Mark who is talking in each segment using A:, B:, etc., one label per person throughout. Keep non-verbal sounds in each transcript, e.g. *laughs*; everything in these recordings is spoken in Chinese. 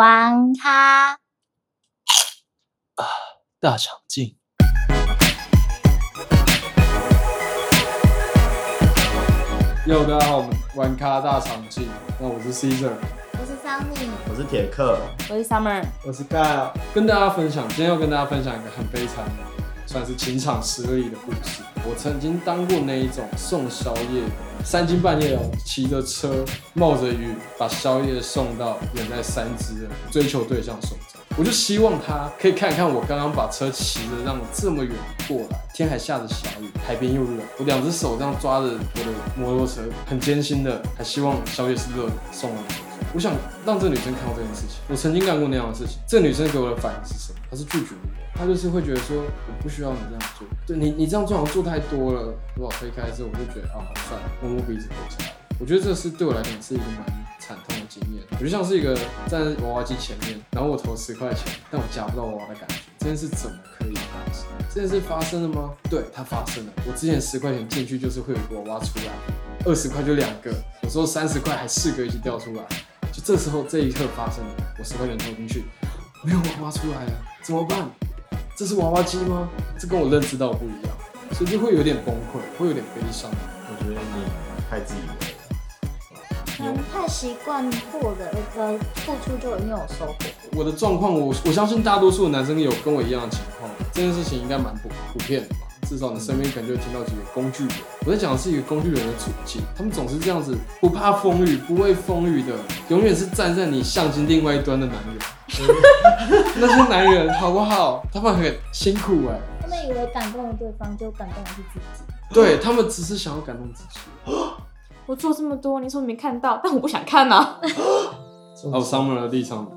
A: 玩咖。
B: 大长今。
C: 哟，大家好，我们玩咖大长今。那我是 Caesar，
A: 我是 Sunny，
D: 我是铁克，
E: 我是 Summer，
F: 我是 Guy。
C: 跟大家分享，今天要跟大家分享一个很悲惨的，算是情场失利的故事。我曾经当过那一种送宵夜，三更半夜哦，骑着车冒着雨把宵夜送到远在三支的追求对象手中。我就希望他可以看看我刚刚把车骑着让这么远过来，天还下着小雨，海边又冷，我两只手这样抓着我的摩托车，很艰辛的，还希望宵夜是热的送到我手中。我想让这女生看到这件事情，我曾经干过那样的事情。这女生给我的反应是什么？她是拒绝我，她就是会觉得说我不需要你这样做，对你你这样做好像做太多了。如果推开之后，我就觉得啊，好算了，摸摸鼻子回家。我觉得这是对我来讲是一个蛮惨痛的经验，我就像是一个站在娃娃机前面，然后我投十块钱，但我夹不到娃娃的感觉。这件事怎么可以发生？这件事发生了吗？对，它发生了。我之前十块钱进去就是会有一个娃娃出来，二十块就两个，有时候三十块还四个一起掉出来。就这时候这一刻发生了，我十块钱投进去，没有娃娃出来了，啊怎么办？这是娃娃机吗？这跟我认知到不一样，所以就会有点崩溃，会有点悲伤。
D: 我觉得你太自以为了。 *laughs*
A: 可能太习惯获得呃付出就一定有收获。
C: 我的状况，我我相信大多数的男生有跟我一样的情况，这件事情应该蛮普普遍的吧。至少你身边可能就会听到几个工具人。我在讲的是一个工具人的处境，他们总是这样子，不怕风雨，不畏风雨的，永远是站在你橡筋另外一端的男人。那些男人好不好？他们很辛苦哎、
A: 他们以为感动了对方，就感动的是自己。
C: *laughs* 对他们只是想要感动自己。
E: 我做这么多，你说你没看到，但我不想看啊
D: *laughs*
E: 呐、
C: 还有哦 Summer 的立场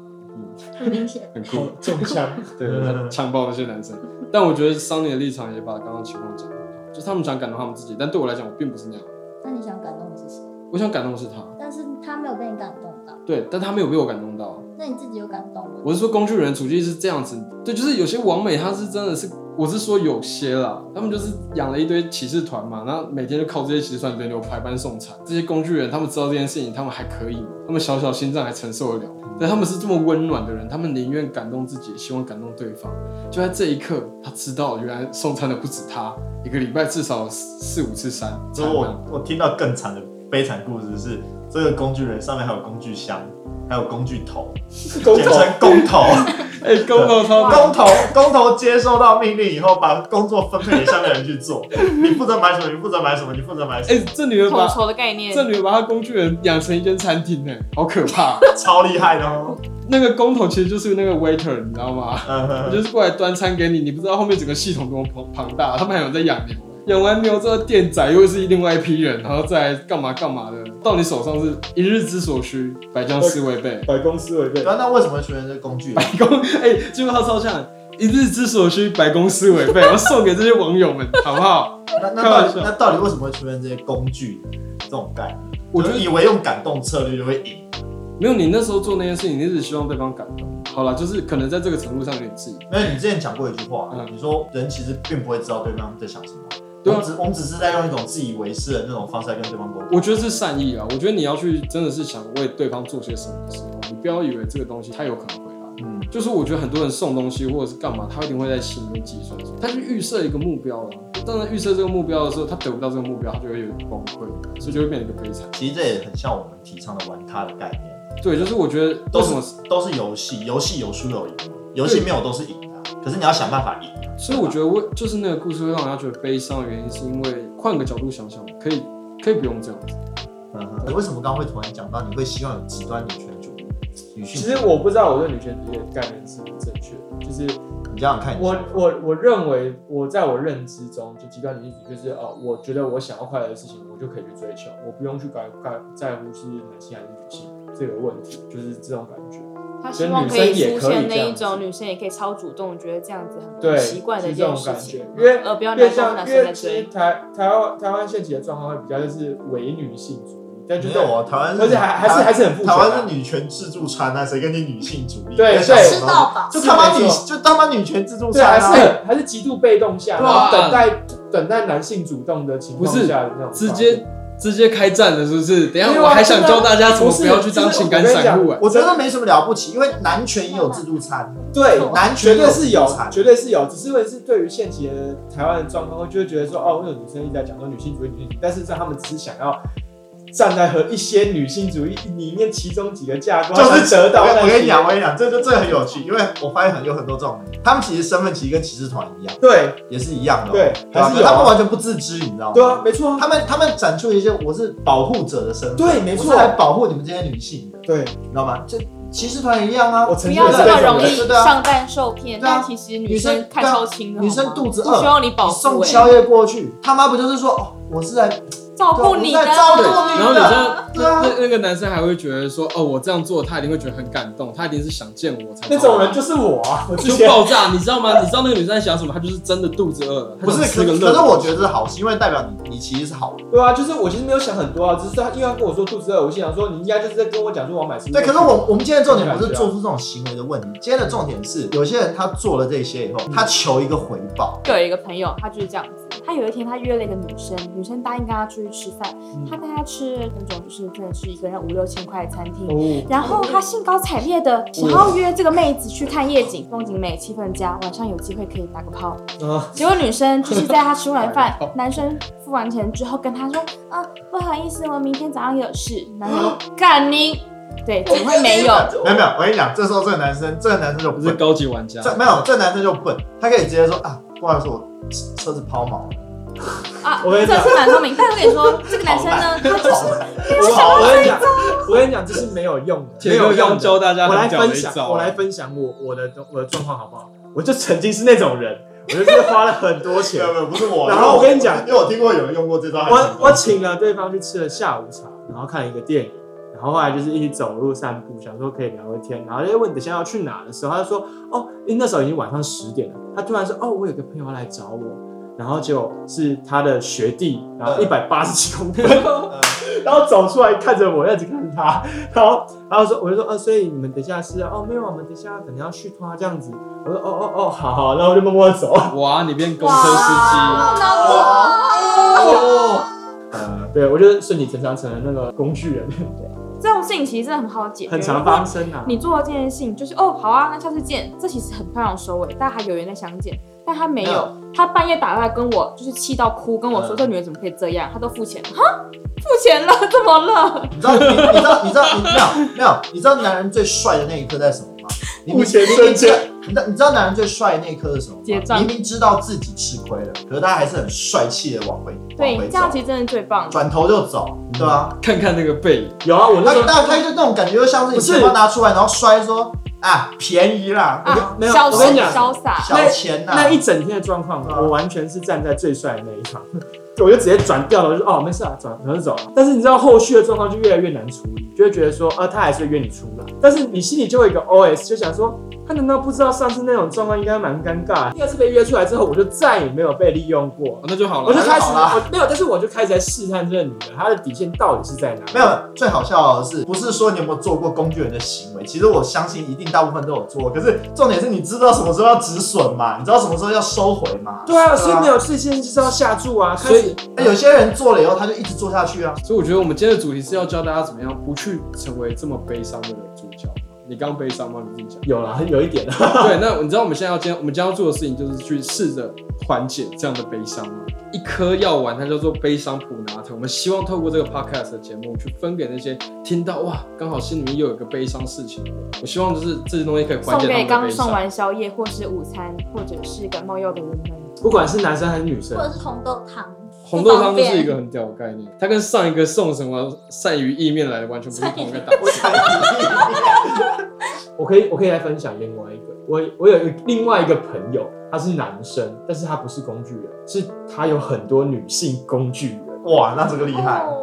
A: 很明显，
C: 很酷
F: 好，
C: *laughs*
D: *laughs*
F: 中枪，
C: 对，他强暴那些男生。但我觉得桑尼的立场也把刚刚情况讲得很好，就是他们想感动他们自己，但对我来讲，我并不是那样，
A: 那你想感动的是谁？
C: 我想感动的是他，
A: 但是他没有被你感动到，
C: 对，但他没有被我感动到。
A: 那你自己有感动吗？
C: 我是说工具人处境是这样子，对，就是有些网美她是真的是，我是说有些啦，他们就是养了一堆骑士团嘛，然后每天就靠这些骑士团轮流排班送餐。这些工具人他们知道这件事情，他们还可以吗，他们小小心脏还承受得了。对，他们是这么温暖的人，他们宁愿感动自己，也希望感动对方。就在这一刻，他知道原来送餐的不止他，一个礼拜至少四五次餐。
D: 之后我 *laughs* 我听到更惨的悲惨故事是，这个工具人上面还有工具箱，还有工具头，
F: 公
D: 简
F: 投
D: 称工
C: *laughs*
D: 头。
C: 哎，公道超
D: 工头工头接收到命令以后，把工作分配给下面的人去
C: *laughs*
D: 做。你负责买什么？你负责买什么？你负责买什
C: 哎
D: 么？，
C: 这女人
E: 统
C: 把
E: 筹的概念
C: 这。女人把她工具人养成一间餐厅呢，好可怕。
D: 超厉害
C: *laughs*
D: 的哦。
C: 那个工头其实就是那个 waiter，你知道吗？
D: 嗯
C: 他
D: 哼
C: 就是过来端餐给你，你不知道后面整个系统多庞庞大，他们还有在养牛，养完牛之后店仔又是另外一批人，然后再来干嘛干嘛的，到你手上是一日之所需，百将思为备。
F: 百公司违背
D: 对。啊，那为什么会出现这工具人？
C: 百 *laughs* 公哎，结果他超像一日之所需，百公司为
D: *laughs*
C: 备，我送给这些网友们，好不好？
D: 那那
C: 开
D: 到
C: 玩
D: 底
C: 笑
D: 那到底为什么会出现这些工具这种概念？
C: 我觉得
D: 就以为用感动策略就会赢。
C: 没有你那时候做那件事情，你只是希望对方感动。好了，就是可能在这个程度上有点自己。
D: 没有，你之前讲过一句话，
C: 嗯
D: 你说人其实并不会知道对方在想什么。
C: 对啊
D: 我们只我们只是在用一种自以为是的那种方式来跟对方沟通。
C: 我觉得是善意啊，我觉得你要去真的是想为对方做些什么的时候，你不要以为这个东西他有可能回来。
D: 嗯，
C: 就是我觉得很多人送东西或者是干嘛，他一定会在心里面计算，他去预设一个目标了。当然预设这个目标的时候，他得不到这个目标，他就会有点崩溃，所以就会变成一个悲惨。
D: 其实这也很像我们提倡的玩咖的概念，
C: 对，就是我觉得为什么，
D: 都是游戏，游戏有输有赢，游戏没有都是赢的啊，可是你要想办法赢啊。
C: 所以我觉得我就是那个故事会让人家觉得悲伤的原因，是因为换个角度想想，可以可以不用这样子。
D: 嗯哼，你为什么刚刚会突然讲到你会希望有极端女权主义？女
F: 其
D: 性主义，
F: 实我不知道我对女权主义的概念是不是正确的，就是
D: 你这样看你，
F: 我我我认为我在我认知中，就极端女性主义就是哦，我觉得我想要快乐的事情，我就可以去追求，我不用去管管在乎是男性还是女性这个问题，就是这种感觉。
E: 他
F: 所
E: 希
F: 以
E: 望
F: 女
E: 可
F: 生
E: 以
F: 也
E: 出
F: 可以
E: 现
F: 这
E: 那
F: 样
E: 一种
F: 子
E: 女生也可以超主动，觉得这样子很
F: 对，
E: 习惯的一
F: 是这
E: 件
F: 种
E: 事
F: 感觉
E: 情，，
F: 因为
E: 而不要
F: 因为
E: 男生
F: 像
E: 男
F: 因
E: 生
F: 为
E: 在
F: 其实
E: 追。
F: 台台湾台湾现期的状况会比较就是伪女性主义，但就
D: 没
F: 是
D: 有啊，台湾是
F: 而且还还是还是很复杂
D: 台
F: 啊。
D: 湾是女权自助餐啊，谁跟你女性主义？
F: 对
D: 你在想什么
A: 吃到饱，
D: 就他妈
F: 是
D: 女
F: 没错
D: 就他妈女权自助
F: 对，
D: 餐
F: 还是
D: 啊！
F: 很还是极度被动下，
C: 对
F: 然
C: 啊
F: 后等待等待男性主动的情况下的那种，
C: 直接直接开战了，是不是？等一
F: 没
C: 下
F: 有
C: 我
F: 啊
C: 还想
F: 真的
C: 教大家怎么
F: 不是
C: 不要去当
F: 就是
C: 情
F: 我
C: 感
F: 跟你
C: 散户
F: 讲
C: 啊！
D: 我觉得没什么了不起，因为男权也有自助餐，
F: 对，
D: 男
F: 绝
D: 权也
F: 对是有
D: 自助，餐
F: 绝对是有，只是问题是对于现期的台湾的状况，就会觉得说，哦，为什么女生一直在讲说女性主义、女性主义，但事实上他们只是想要站在和一些女性主义里面其中几个架构，
D: 就是
F: 得到
D: 我跟
F: 那
D: 我跟你讲，
F: 些
D: 我跟你讲，这就这个很有趣，因为我发现很有很多这种人，他们其实身份其实跟骑士团一样，
F: 对
D: 也是一样的哦、
F: 对
D: 对吧
F: 还是
D: 可
F: 有啊
D: 他们完全不自知，你知道吗？
F: 对啊，没错啊，
D: 他们他们展出一些我是保护者的身份，
F: 对没错
D: 我是来保护你们这些女性的，
F: 对，
D: 你知道吗？这骑士团也一样啊，
F: 我曾
E: 不
F: 经
E: 要
F: 也
E: 这
F: 是
E: 么
F: 这
E: 容
F: 种
E: 易
F: 人，
D: 对的啊
E: 上当受骗，
D: 对啊
E: 但其实女
D: 女
E: 生
D: 生啊
E: 看超轻的，
D: 女生
E: 好吗
D: 肚子
E: 不需
D: 饿，
E: 要你保
D: 你
E: 护
D: 送
E: 欸，
D: 宵夜过去，他妈不就是说哦，我是来
E: 照顾你
D: 对
E: 的
D: 我在照顾
C: 然后女生
D: 对啊
C: 那那那个男生还会觉得说，哦，我这样做，他一定会觉得很感动，他一定是想见我才
F: 那
C: 找我
F: 种人就是我啊，我之
C: 就
F: 前
C: 爆炸，你知道吗？你知道那个女生在想什么？她就是真的肚子饿了，她
D: 不是
C: 想？
D: 可
C: 吃个
D: 是
C: 热
D: 可是
C: 狗。
D: 我觉得这是好事，因为代表你你其实是好的。
F: 对啊，就是我其实没有想很多啊，只是他因为他跟我说肚子饿，我心想说你应该就是在跟我讲说我要买什么。
D: 对，可是我我们今天的重点不是做出这种行为的问题，今天的重点是有些人他做了这些以后，他求一个回报，
E: 就有一个朋友，他就是这样子。他有一天，他约了一个女生，女生答应跟他出去吃饭，
D: 嗯
E: 他带他吃那种就是真的是一个人五六千块的餐厅。
F: 哦，
E: 然后他兴高采烈的想要约这个妹子去看夜景，风景美，气氛佳，晚上有机会可以打个炮。
F: 啊，
E: 结果女生就是在他吃完饭
C: 打个炮，
E: 男生付完钱之后跟他说，啊，不好意思，我明天早上有事。男生说，干你，对，怎么会没
F: *laughs*
E: 有？
D: 没有没有，我跟你讲，这时候这个男生这个男生就
C: 不是
D: 笨，
C: 高级玩家，
D: 这没有这男生就笨，他可以直接说啊，不好意思，我车子抛锚了，
E: 啊，
F: 我跟你
E: 这
F: 讲
E: 是蛮聪明。但是我跟你
F: *laughs*
E: 说，这个男生呢，他就
D: 好
E: 是
D: 吧
F: 我我跟你讲，我跟你讲，这是没有用的，没
C: 铁
F: 有
C: 哥
F: 用
C: 刚
F: 的。
C: 教大家
F: 我来
C: 很屌
F: 分
C: 的一招，啊
F: 享，我来分享我我的我的状况好不好？我就曾经是那种人，我就是花了很多钱，
D: 没有不是我
F: 然后我跟你讲
D: 因为我听过有人用过这招还
F: 我
D: 成功，
F: 我请了对方去吃了下午茶，然后看了一个电影，然后后来就是一起走路散步，想说可以聊个天，然后就问等下要去哪的时候，他就说哦，因为那时候已经晚上十点了，他突然说哦，我有个朋友要来找我，然后结果是他的学弟，然后一百八十几公分，
D: 呃
F: *laughs* 然后走出来看着我，一直看着他，然后然后说我就说呃，所以你们等一下是哦没有，我们等一下可能要续拖这样子，我说哦哦哦，好好，然后我就默默地走。
C: 哇，你变公车司
D: 哦
F: 呃，对，我就顺理成章成了那个工具人，
E: 这种事情其实真的很好解决，
F: 很常发生啊。
E: 你做了这件事情，就是哦，好啊，那下次见。这其实很漂亮的收尾，但还有缘再相见，但他没
D: 没
E: 有
D: 有，
E: 他半夜打来跟我，就是气到哭，跟我说、
D: 嗯
E: 这女人怎么可以这样，她都付钱了，哈，付钱了， *laughs* 怎么了？
D: 你知道你你知道你知道你没有没有，你知道男人最帅的那一刻在什么吗？你
F: 目前瞬间
D: 你知道你知道男人最帅的那一刻是什么吗？
E: 结账
D: 明明知道自己吃亏了，可是他还是很帅气的往回往
E: 对，
D: 回
E: 这样其
D: 走，
E: 实真的最棒。
D: 转头就走，对吧？
C: 机，看看那个背影，
F: 有啊，嗯我那
D: 他
F: 时候
D: 那他就那种感觉，就像是你
F: 不是
D: 钱包拿出来，然后摔说啊便宜啦，
E: 啊，
F: 没有
E: 潇
F: 我跟你讲
E: 洒，潇洒，
D: 小钱呐。
F: 那一整天的状况，
D: 啊
F: 我完全是站在最帅的那一方， *laughs* 我就直接转掉了，我就说哦没事啊，转然后就走了。但是你知道后续的状况就越来越难处理，就会觉得说啊他还是会约你出来，但是你心里就会有一个 OS，就想说他难道不知道上次那种状况应该蛮尴尬？第二次被约出来之后，我就再也没有被利用过
C: 哦。那就好
F: 我
C: 了
F: 就。开始，
D: 好啦
F: 我没有，但是我就开始在试探这个女的，她的底线到底是在哪里？
D: 没有，最好笑的是，不是说你有没有做过工具人的行为？其实我相信一定大部分都有做，可是重点是你知道什么时候要止损嘛？你知道什么时候要收回嘛？
F: 对啊，所以没有最先就是要下注啊，开
C: 所
F: 始
C: 以，
D: 那有些人做了以后，他就一直做下去啊。 *laughs*
C: 所以我觉得我们今天的主题是要教大家怎么样不去成为这么悲伤的主角嘛。你刚悲伤吗？你自己讲。
F: 有啦，有一点
E: *laughs*
C: 对，那你知道我们现在要今天我们今天要做的事情就是去试着缓解这样的悲伤吗？一颗药丸，它叫做悲伤普拿疼。我们希望透过这个 podcast 的节目，去分给那些听到哇，刚好心里面又有一个悲伤事情的人。我希望就是这些东西可以缓
E: 送
C: 解他
E: 给
C: 们的
E: 刚
C: 悲
E: 送
C: 伤。
E: 完宵夜或是午餐或者是感冒药的人们。
F: 不管是男生还是女生
A: 或，者是红豆汤，
C: 红豆汤就是一个很屌的概念，它跟上一个送什么鳝鱼意面来的完全不是同一个档
F: *laughs*
D: 我才
F: 我可以我可以来分享另外一个，我我有一个另外一个朋友，他是男生，但是他不是工具人，是他有很多女性工具人，
D: 哇，那这个厉害。
A: 哦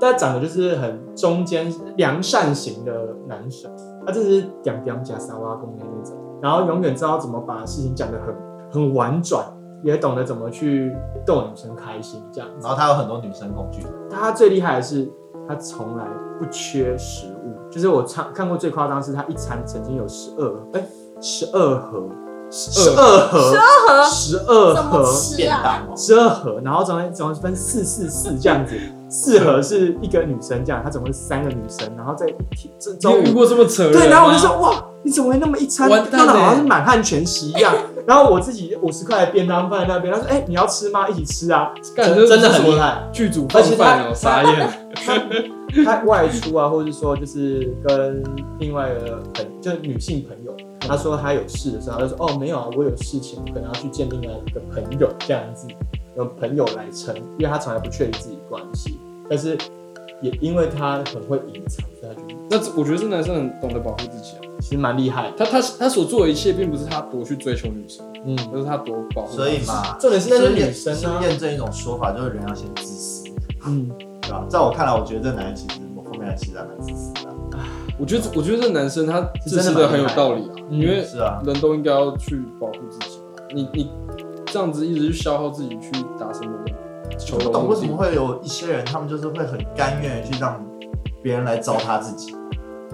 F: 但长得就是很中间良善型的男生，他真的是屌屌加沙拉公的那种，然后永远知道怎么把事情讲得很很婉转，也懂得怎么去逗女生开心这样子。
D: 然后他有很多女生工具，
F: 但他最厉害的是，他从来不缺食物。就是我看看过最夸张的是，他一餐曾经有十二，哎，十二盒，十二盒，十二
A: 怎
F: 盒
A: 么，吃
D: 便
A: 啊？
D: 当哦。
F: 十二盒，然后总共总共分四四四这样子，适合是一个女生这样，他怎么会三个女生，然后在一起这
C: 你
F: 中
C: 有遇
F: 午
C: 过这么扯的人
F: 对，
C: 吗
F: 然后我就说哇，你怎么会那么一餐
C: 完蛋
F: 弄
C: 欸
F: 得好像是满汉全席一样？然后我自己五十块的便当放在那边，他说哎、你要吃吗？一起吃啊！
C: 干
D: 真的很厉。害。
C: 剧组放饭
F: *laughs*
C: 哦，傻眼。
F: 他外出啊，或者是说就是跟另外一个朋，就是女性朋友，
D: 嗯
F: 他说他有事的时候，他就说哦没有啊，我有事情，我可能要去见另外一个朋友这样子，用朋友来撑，因为他从来不确定自己关系，但是也因为他很会隐藏，所以他觉得
C: 那我觉得这男生很懂得保护自己啊。
F: 其实蛮厉害的。
C: 他他他所做的一切，并不是他多去追求女生，
F: 嗯，
C: 而是他多保护。
D: 所以，嘛，
F: 重点是那
D: 这
F: 是
D: 是
F: 女
D: 验
F: 生啊
D: 是不是验证一种说法，就是人要先自私，
F: 嗯，
D: 对吧？在我看来，我觉得这男人其实某方面来其实还蛮自私的啊。
C: 我觉得我觉得这男生他自私
F: 真
C: 的
F: 的蛮
C: 很
F: 厉
C: 有
F: 害的
C: 道理啊，
F: 嗯
C: 因为
D: 是啊，
C: 人都应该要去保护自己吧。你你这样子一直去消耗自己去达成目的，求
D: 我不懂
C: 目
D: 为
C: 的
D: 什么会有一些人，他们就是会很甘愿地去让别人来糟蹋自己，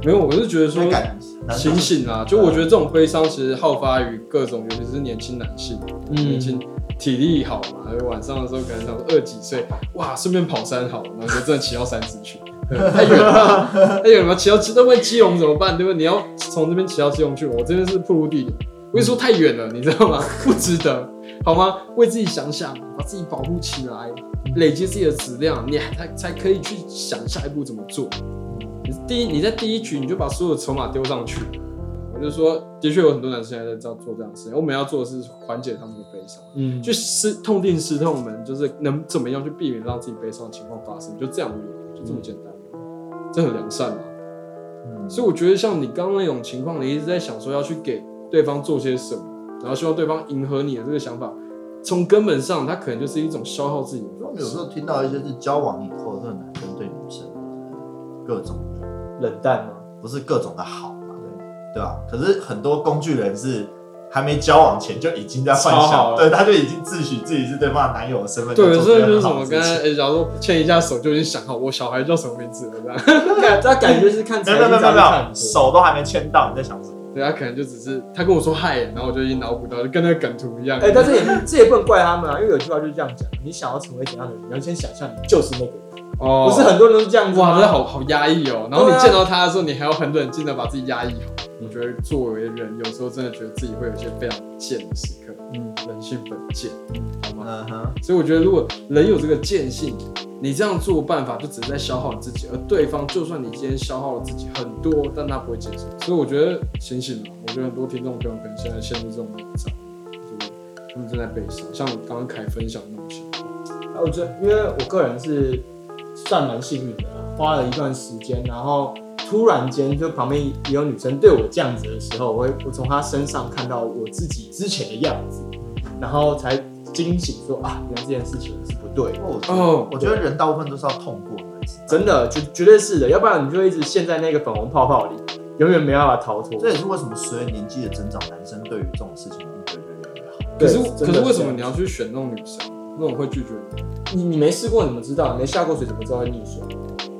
C: 没有，我是觉得说
D: 那感难道
C: 醒醒啊！就我觉得这种悲伤其实好发于各种，尤其是年轻男性，
F: 嗯
C: 年轻体力好嘛，就晚上的时候可能想说二几岁，哇，顺便跑山好了，然后就真的骑到山上去，哎太远了，太远了，骑到那问基隆怎么办？对不对？你要从这边骑到基隆去，我这边是铺路地理，我跟你说太远了，你知道吗？不值得，好吗？为自己想想，把自己保护起来，累积自己的质量，你还才才可以去想下一步怎么做。你第一，你在第一局你就把所有的筹码丢上去。我就说，的确有很多男生还在这样做这样的事情，我们要做的是缓解他们的悲伤，
F: 嗯，
C: 去失痛定思痛，我们就是能怎么样去避免让自己悲伤的情况发生，就这样而已，就这么简单，这很良善啊。
D: 嗯
C: 所以我觉得像你刚刚那种情况，你一直在想说要去给对方做些什么，然后希望对方迎合你的这个想法，从根本上，它可能就是一种消耗自己的
D: 我
C: 方
D: 有时
C: 式。
D: 候听到一些是交往以后，这个男生对女生各种的，
F: 冷
D: *laughs*
F: 淡吗？
D: 不是各种的好嘛，对对吧？可是很多工具人是还没交往前就已经在幻
F: 超好
D: 想，
F: 了
D: 对，他就已经自诩自己是对方的男友的身份，
C: 对，
D: 做
C: 所以就
D: 出
C: 是
D: 很
C: 什
D: 好
C: 么
D: 的
C: 刚才，
D: 事情
C: 诶假如说牵一下手就已经想好我小孩叫什么名字了，这样。
F: 他感觉是看
D: 没
F: 财
D: 有
F: 经
D: 没有没有没
F: 杂志看
D: 有，
F: 很多
D: 手都还没牵到，你在想什么？
C: 对他可能就只是他跟我说嗨，然后我就已经脑补到，就跟那个梗图一样。
F: 哎、但是也这也不能怪他们啊，因为有句话就是这样讲：你想要成为怎样的人，你要先想象你就是那个人。
C: 哦
F: 不是很多人都是这样子吗
C: 哇，这好好压抑哦。然后
F: 对
C: 你
F: 啊
C: 见到他的时候，你还要很冷静的把自己压抑好。我觉得作为人，有时候真的觉得自己会有一些非常贱的时刻，
F: 嗯，
C: 人性本贱，好吗？
D: 嗯哼，
C: 所以我觉得，如果人有这个贱性，你这样做办法就只是在消耗你自己，而对方就算你今天消耗了自己很多，但他不会接受。所以我觉得醒醒啊！我觉得很多听众朋友可能现在陷入这种迷障，就是他们正在悲伤，像我刚刚凯分享的那种情况。
F: 啊我觉得，因为我个人是算蛮幸运的啊，花了一段时间，然后突然间就旁边也有女生对我这样子的时候，我会我从她身上看到我自己之前的样子，然后才惊醒说啊，原来这件事情是不对的。
D: 不过我觉得
C: 哦，
D: 我觉得人大部分都是要痛过才知道
F: 真的，绝绝对是的，要不然你就一直陷在那个粉红泡泡里，永远没办法逃脱。
D: 这也是为什么随着年纪的增长，男生对于这种事情的应对就越来越好。
C: 可
F: 对
C: 是可
F: 真的
C: 是为
F: 这
C: 什么
F: 样
C: 你要去选那种女生，那种会拒绝你？
F: 你你没试过怎么知道？你没下过水怎么知道会溺水？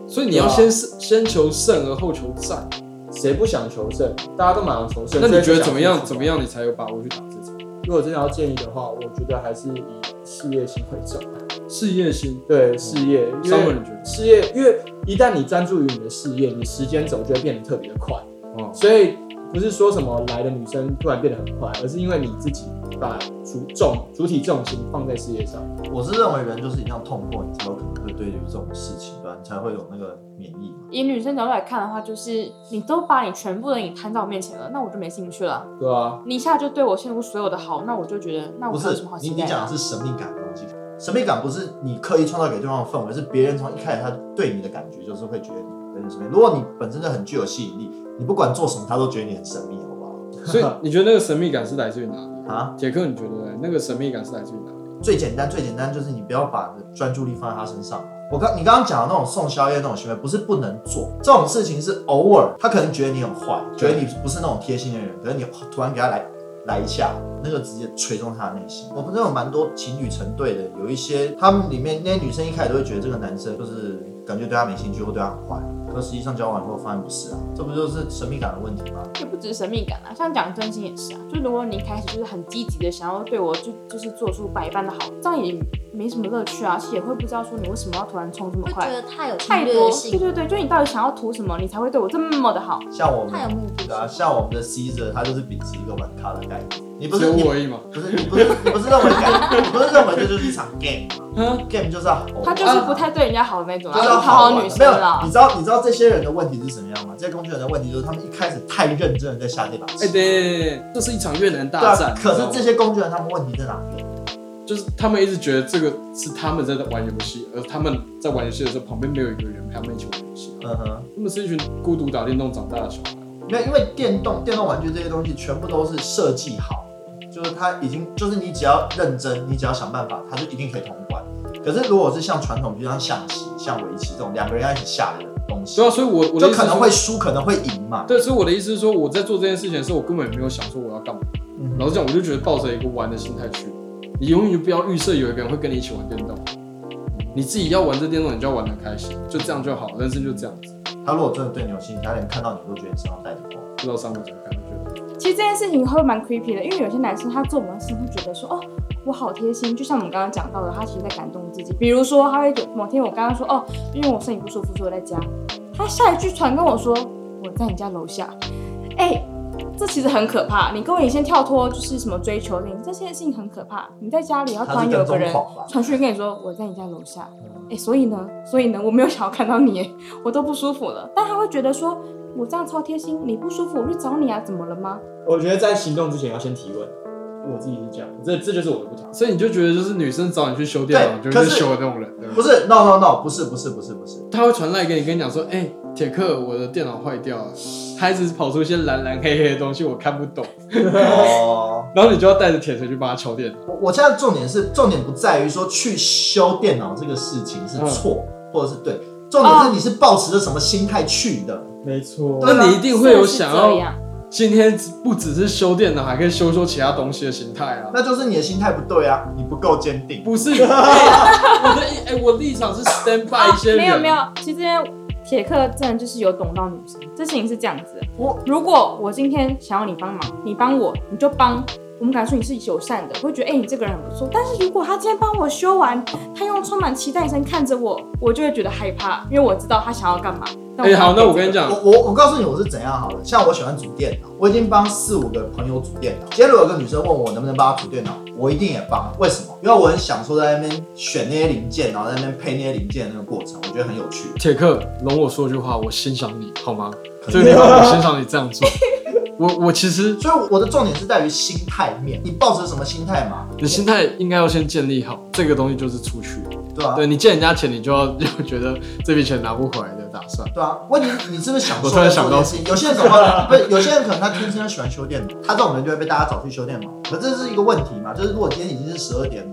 C: 所以你要
F: 对啊
C: 先是先求胜而后求战。
F: 谁不想求胜？大家都蛮想求胜。
C: 那你觉
F: 所
C: 得
F: 以就想
C: 怎么样？
F: 出去
C: 怎么？样你才有把握去打这场
F: 如果真的要建议的话，我觉得还是以事业心为重。
C: 事业心？
F: 对事业，因
C: 三
F: 为
C: 文你觉得？
F: 事业，因为一旦你专注于你的事业，你时间走就会变得特别的快。
C: 哦，
F: 所以不是说什么来的女生突然变得很快，而是因为你自己把主重主体重心放在事业上。
D: 我是认为人就是一定要痛过，你才有可能会对于这种事情，对吧？你才会有那个免疫嘛。
E: 以女生角度来看的话，就是你都把你全部的你摊在我面前了，那我就没兴趣了。
F: 对啊，
E: 你一下就对我陷入所有的好，那我就觉得，那我
D: 不
E: 还有
D: 是
E: 什么好
D: 你
E: 期
D: 你
E: 待
D: 讲的
E: 的？
D: 是神秘感的东西，神秘感不是你刻意创造给对方的氛围，是别人从一开始他对你的感觉就是会觉得你很神秘。如果你本身就很具有吸引力，你不管做什么他都觉得你很神秘，好不好？
C: *laughs* 所以你觉得那个神秘感是来自于哪里？
D: 啊，
C: 杰克，你觉得嘞那个神秘感是来自于哪里？
D: 最简单最简单就是你不要把专注力放在他身上。我刚你刚刚讲的那种送宵夜那种行为，不是不能做，这种事情是偶尔，他可能觉得你很坏，觉得你不是那种贴心的人，可是你突然给他来来一下，那个直接吹中他的内心。我们这有蛮多情侣成对的，有一些他们里面那些女生一开始都会觉得这个男生就是感觉对她没兴趣或对她很坏，可实际上交往以后发现不是啊，这不就是神秘感的问题吗？
E: 也不只是神秘感啊，像讲真心也是啊。就如果你一开始就是很积极的想要对我就就是做出百般的好，这样也没什么乐趣啊，而且也会不知道说你为什么要突然冲这么
A: 就觉
E: 快，
A: 得太有侵
E: 太多，
A: 略
E: 对
A: 性，
E: 对对，就你到底想要图什么，你才会对我这么的好？
D: 像我们
A: 太有目的
D: 对啊，
A: 性。
D: 像我们的 Caesar，他就是秉持一个玩咖的概念。你不
C: 只
D: 是
C: 有
D: 你
C: 我而已嘛。
D: 不是你不是你不是认为 game，你不是认为这就是一场 game，game
C: 嗯，
D: 就是要好玩
E: 他就是不太对人家好的那种啊，
D: 呃就是
E: 然后
D: 要
E: 讨好
D: 玩
E: 女生
D: 没有，
E: 啦
D: 你。知道你知道这些人的问题是什么样吗？这些工具人的问题就是他们一开始太认真的在下这把
C: 哎，
D: 棋。
C: 对，这是一场越南
D: 对
C: 大
D: 啊
C: 战。，
D: 可是
C: 你知道
D: 这
C: 吗
D: 些工具人他们问题在哪里？
C: 就是他们一直觉得这个是他们在玩游戏，而他们在玩游戏的时候，旁边没有一个人陪他们一起玩游戏。啊
D: 嗯哼，
C: 他们是一群孤独打电动长大的小孩。
D: 没有，因为电动电动玩具这些东西全部都是设计好，就是它已经就是你只要认真，你只要想办法，它就一定可以通关。可是如果是像传统，比如像象棋、像围棋这种两个人要一起下的东西
C: 对，啊，所以我我的
D: 就
C: 意思
D: 可
C: 是
D: 能
C: 说
D: 会输，可能会赢嘛。
C: 对，所以我的意思是说，我在做这件事情的时候，我根本也没有想说我要干嘛。
D: 嗯
C: 老实讲，我就觉得抱着一个玩的心态去，你永远就不要预设有一个人会跟你一起玩电动，你自己要玩这电动，你就要玩的开心，就这样就好，人生就这样子，
D: 他如果真的对你有兴趣，他连看到你都觉得你身上带着光。
C: 不知道上面怎么看，就觉得
E: 其实这件事情会蛮 creepy 的，因为有些男生他做某件事情，会觉得说哦，我好贴心，就像我们刚刚讲到的，他其实在感动自己。比如说，他会有某天我刚刚说哦，因为我身体不舒服，所以我在家。他下一句传跟我说我在你家楼下，哎、这其实很可怕。你跟我你先跳脱就是什么追求令，这件事情很可怕。你在家里，然后突
D: 他
E: 然
D: 是
E: 有
D: 跟
E: 个
D: 踪
E: 人
D: 狂吧？嗯
E: 传讯跟你说我在你家楼下，哎、所以呢，所以呢，我没有想要看到你， *laughs* 我都不舒服了。但他会觉得说我这样超贴心，你不舒服我去找你啊，怎么了吗？
F: 我觉得在行动之前要先提问，我自己是这样，这这就是我的不同。
C: 所以你就觉得就是女生找你去修电脑，你
D: 对
C: 就是
D: 可是
C: 修的那种人，对
D: 不
C: 吧？
D: 是，no no no，不是不是不是不
E: *laughs*
D: 是，
C: 他会传赖给你，跟你讲说，哎、铁克，我的电脑坏掉了，他一直跑出一些蓝蓝黑黑的东西，我看不懂，
D: 哦。
C: 然后你就要带着铁锤去帮他敲电脑。
D: 我我现在重点是，重点不在于说去修电脑这个事情是错、
E: 嗯
D: 或者是对，重点
E: 哦
D: 是你是抱持着什么心态去的。
F: 没错
D: 对
C: 那你一定会有想
E: 啊是这
C: 要
E: 样
C: 今天不只是修电脑，还可以修修其他东西的心态啊。
D: 那就是你的心态不对啊，你不够坚定。
C: 不
D: *laughs*
C: 是，哎我的哎、我立场是 stand
E: 啊
C: by 一些人，
E: 没有没有，其实这边铁克真的就是有懂到女生，这事情是这样子的。
D: 我
E: 如果我今天想要你帮忙，你帮我，你就帮。我们敢说你是友善的，会觉得哎、你这个人很不错。但是如果他今天帮我修完，他用充满期待的眼神看着我，我就会觉得害怕，因为我知道他想要干嘛。但
C: 哎、好，那我
E: 不
C: 跟你
E: 知道
C: 讲
D: 我，我我告诉你我是怎样好了，像我喜欢组电脑，我已经帮四五个朋友组电脑。今天如果有个女生问我能不能帮她组电脑，我一定也帮。为什么？因为我很享受在那边选那些零件，然后在那边配那些零件的那个过程，我觉得很有趣。
C: 铁克，容我说句话，我欣赏你好
D: *laughs*
C: 吗？这个地方我欣赏你这样做。我我其实
D: 所以我的重点是在于心态面，你抱持什么心态嘛？
C: 你心态应该要先建立好，这个东西就是出去。
D: 对啊，
C: 对你借人家钱，你就要 *laughs* 要觉得这笔钱拿不回来的打算。
D: 对啊，问题你是不是享受
C: 我突然
D: 在做
C: 想
D: 这
C: 到
D: 件事情？有些人怎
C: *laughs*
D: 么不是？有些人可能他天生就喜欢修电脑，他这种人就会被大家找去修电脑。可这是一个问题嘛？就是如果今天已经是十二点了，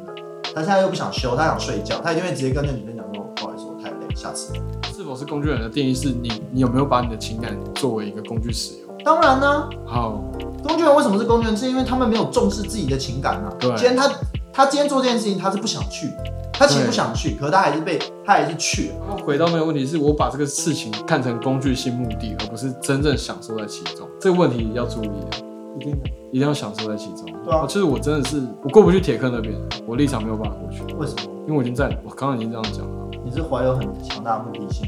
D: 他现在又不想修，他想睡觉，他一定会直接跟那女生讲说：“不好意思，我太累，下次。
C: 是否是工具人的定义是你，你有没有把你的情感作为一个工具使用？”
D: 当然呢、
C: 好，
D: 工具人为什么是工具人？是因为他们没有重视自己的情感啊。
C: 对
D: 今天他他今天做这件事情，他是不想去，他其实
C: 对
D: 不想去，可是他还是被他还是去了。
C: 然后回到那个问题是，我把这个事情看成工具性目的，而不是真正享受在其中。这个问题要注意啊。
F: 一定的。
C: 一定要享受在其中。
D: 对啊
C: 哦其实我真的是我过不去铁克那边，我立场没有办法过去，
D: 为什么？
C: 因为我已经在，我刚刚已经这样讲了。
D: 你是怀有很强大的目的性。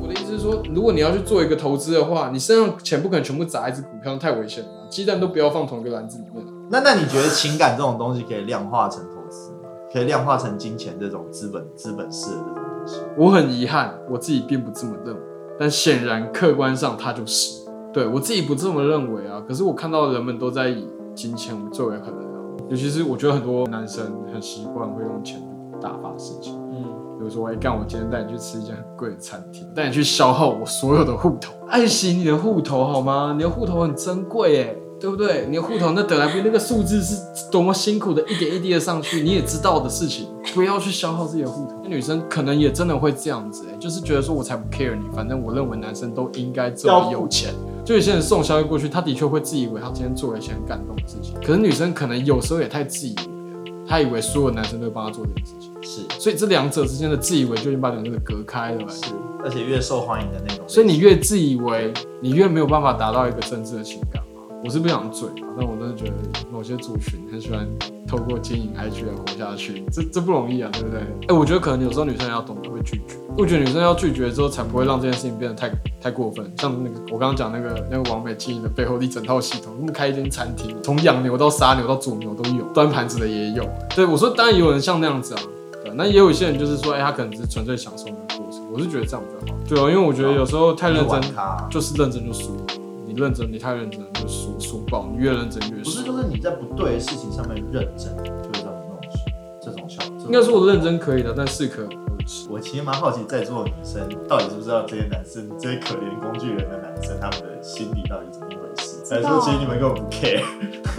C: 我的意思是说，如果你要去做一个投资的话，你身上钱不可能全部砸一只股票，太危险了嘛。鸡蛋都不要放同一个篮子里面啊。
D: 那那你觉得情感这种东西可以量化成投资吗？可以量化成金钱这种资本资本式的这种东西？
C: 我很遗憾，我自己并不这么认为，但显然客观上它就是。对我自己不这么认为啊，可是我看到人们都在以金钱作为衡量，尤其是我觉得很多男生很习惯会用钱去打发事情。
F: 嗯，
C: 比如说，哎、干，我今天带你去吃一间很贵的餐厅，带你去消耗我所有的户头，爱惜你的户头好吗？你的户头很珍贵，哎，对不对？你的户头那得来不易，那个数字是多么辛苦的，一点一滴的上去，你也知道的事情，不要去消耗自己的户头。那女生可能也真的会这样子，哎，就是觉得说我才不 care 你，反正我认为男生都应该这么有钱。就有些人送宵夜过去，他的确会自以为他今天做了一些很感动的事情，可是女生可能有时候也太自以为了，她以为所有男生都会帮她做这件事情。
D: 是
C: 所以这两者之间的自以为就已经把两者给隔开了、欸
D: 是，而且越受欢迎的那种类型。
C: 所以你越自以为，你越没有办法达到一个真挚的情感嘛。我是不想嘴啊，但我真的觉得某些族群很喜欢透过经营 IG 来活下去，这这不容易啊，对不对？哎、我觉得可能有时候女生要懂得会拒绝，我觉得女生要拒绝之后，才不会让这件事情变得太太过分。像那个我刚刚讲那个那个王美经营的背后的一整套系统，他们开一间餐厅，从养牛到杀牛到煮牛都有，端盘子的也有。对我说，当然也有人像那样子啊，对，那也有一些人就是说，哎、他可能只是纯粹享受那个过程。我是觉得这样比较好，对啊，因为我觉得有时候太认真
D: 玩，咖，
C: 就是认真就输了。你认真，你太认真就输输爆，你越认真越
D: 不是
C: 输。
D: 就是你在不对的事情上面认真，就是这种东西，这种效。这种
C: 应该说我认真可以的，但适可而止。
D: 我其实蛮好奇，在座的女生到底知不知道这些男生、这些可怜工具人的男生，他们的心理到底怎么一回事？还是说其实你们根本不 care？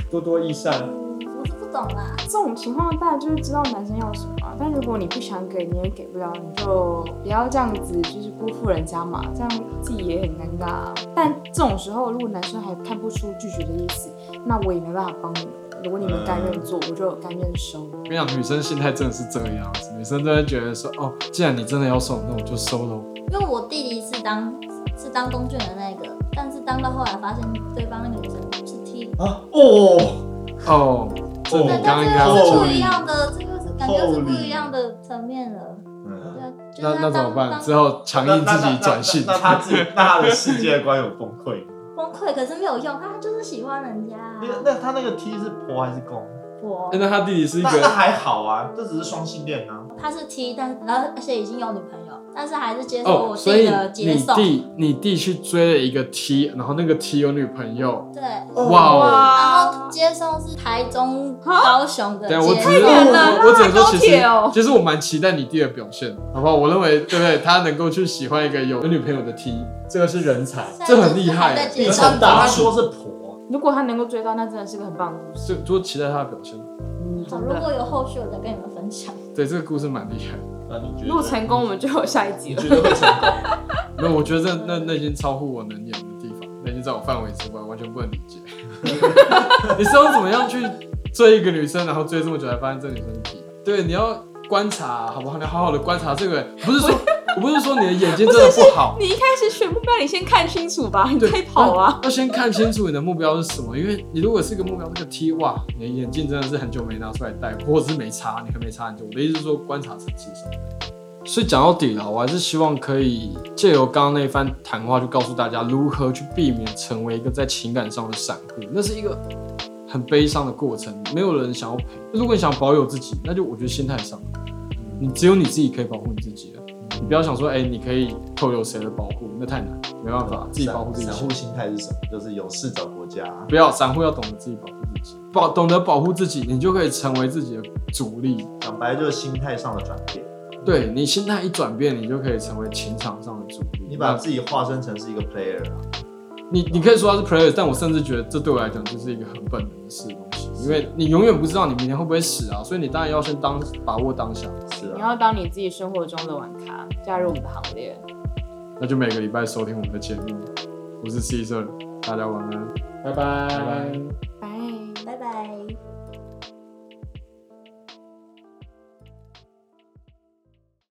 F: 多多益善，
A: 我是不懂啊啦。
E: 这种情况大家就是知道男生要什么啊，但如果你不想给，你也给不了，你就不要这样子，就是辜负人家嘛，这样自己也很尴尬、啊。但这种时候，如果男生还看不出拒绝的意思，那我也没办法帮你。如果你们甘愿做，我就甘愿收。
C: 我跟你讲，女生心态真的是这个样子，女生都会觉得说，哦，既然你真的要送，那我就收了。
A: 因为我弟弟是当是当工具人的那个，但是当到后来发现对方那个女生是 T，
D: 啊哦，
C: *laughs* 哦，这你
A: 对，但
C: 刚刚应
A: 这
C: 该
A: 个
C: 要
A: 是
C: 注
A: 不一
C: 意。
A: 样的，这个是感觉是不一样的层面了。对
D: 嗯，
A: 啊，就是
C: 那
A: 他
C: 那怎么
A: 当
C: 办？
A: 当
C: 之后强硬自己转性
D: 那。那那那那他
C: *laughs*
D: 自己，那他的世界观有崩溃吗？
A: 崩溃，可是没有用，他就是喜欢人家啊。
D: 那个那他那个 T 是婆还是公？
A: 我
C: 哎那他弟弟是一
D: 那那
C: 个，
D: 还好啊，这只是双性恋啊。
A: 他是 T，但是然后而且已经有女朋友，但是还是接受
C: 哦，
A: 我
C: 所
A: 弟
C: 以
A: 的接
C: 你
A: 送。
C: 弟你弟去追了一个 T，然后那个 T 有女朋友，
A: 对，
C: 哇哦！
A: 然后接送是台中、高雄的
C: 对，啊我
A: 接
C: 只
A: 送
C: 是。
E: 远了
C: 我我只能说，其
E: 高啊铁
C: 实
E: 哦
C: 其实我蛮期待你弟的表现，好不好？我认为对不对？他能够去喜欢一个有有女朋友的 T，
F: 这个是人才。
C: 这很厉害
A: 在
D: 你
A: 接
D: 是
A: 送
D: 大说是婆，
E: 如果他能够追到，那真的是个很棒的故事。
C: 就就期待他的表现。
E: 嗯，
A: 好，
E: 真
A: 如
E: 的。
A: 果有后续，我再跟你们分享。
C: 对，这个故事蛮厉害的。
D: 那你觉得？
E: 如果成功，我们就有下一集
D: 你
E: 了。
D: 觉得会成功？
C: 没有，我觉得那那那已经超乎我能演的地方，那已经在我范围之外，完全不能理解。你是要怎么样去追一个女生，然后追这么久才发现这女生是 T？对，你要观察，好不好？你好好的观察这个人，不是说我不是说你的眼睛真的不好，
E: 你一开始选目标，你先看清楚吧，你
C: 对，
E: 再跑啊。
C: 要！要先看清楚你的目标是什么，因为你如果是一个目标，这个 T，哇，你的眼镜真的是很久没拿出来戴，或者是没擦，你还没擦很久。我的意思是说，观察层次上。所以讲到底了，我还是希望可以借由刚刚那一番谈话，就告诉大家如何去避免成为一个在情感上的散户，那是一个很悲伤的过程，没有人想要陪。如果你想保有自己，那就我觉得心态上，你只有你自己可以保护你自己了。你不要想说，哎、你可以扣留谁的保护，那太难，没办法，自己保护自己
D: 散
C: 先。
D: 户心态是什么？就是有事找国家。
C: 不要散户要懂得自己保护自己，保懂得保护自己，你就可以成为自己的主力。
D: 讲白就是心态上的转变。
C: 对你心态一转变，你就可以成为情场上的主力。
D: 你把自己化身成是一个 player 啊，
C: 你你可以说他是 player，但我甚至觉得这对我来讲就是一个很本能的事东西，因为你永远不知道你明天会不会死啊，所以你当然要先当把握当下。
D: 是
E: 你
D: 啊，
E: 要当你自己生活中的玩咖，加入我们的行列。
C: 那就每个礼拜收听我们的节目，我是 Caesar，大家晚安。
F: 拜
C: 拜拜
E: 拜。
A: 拜拜。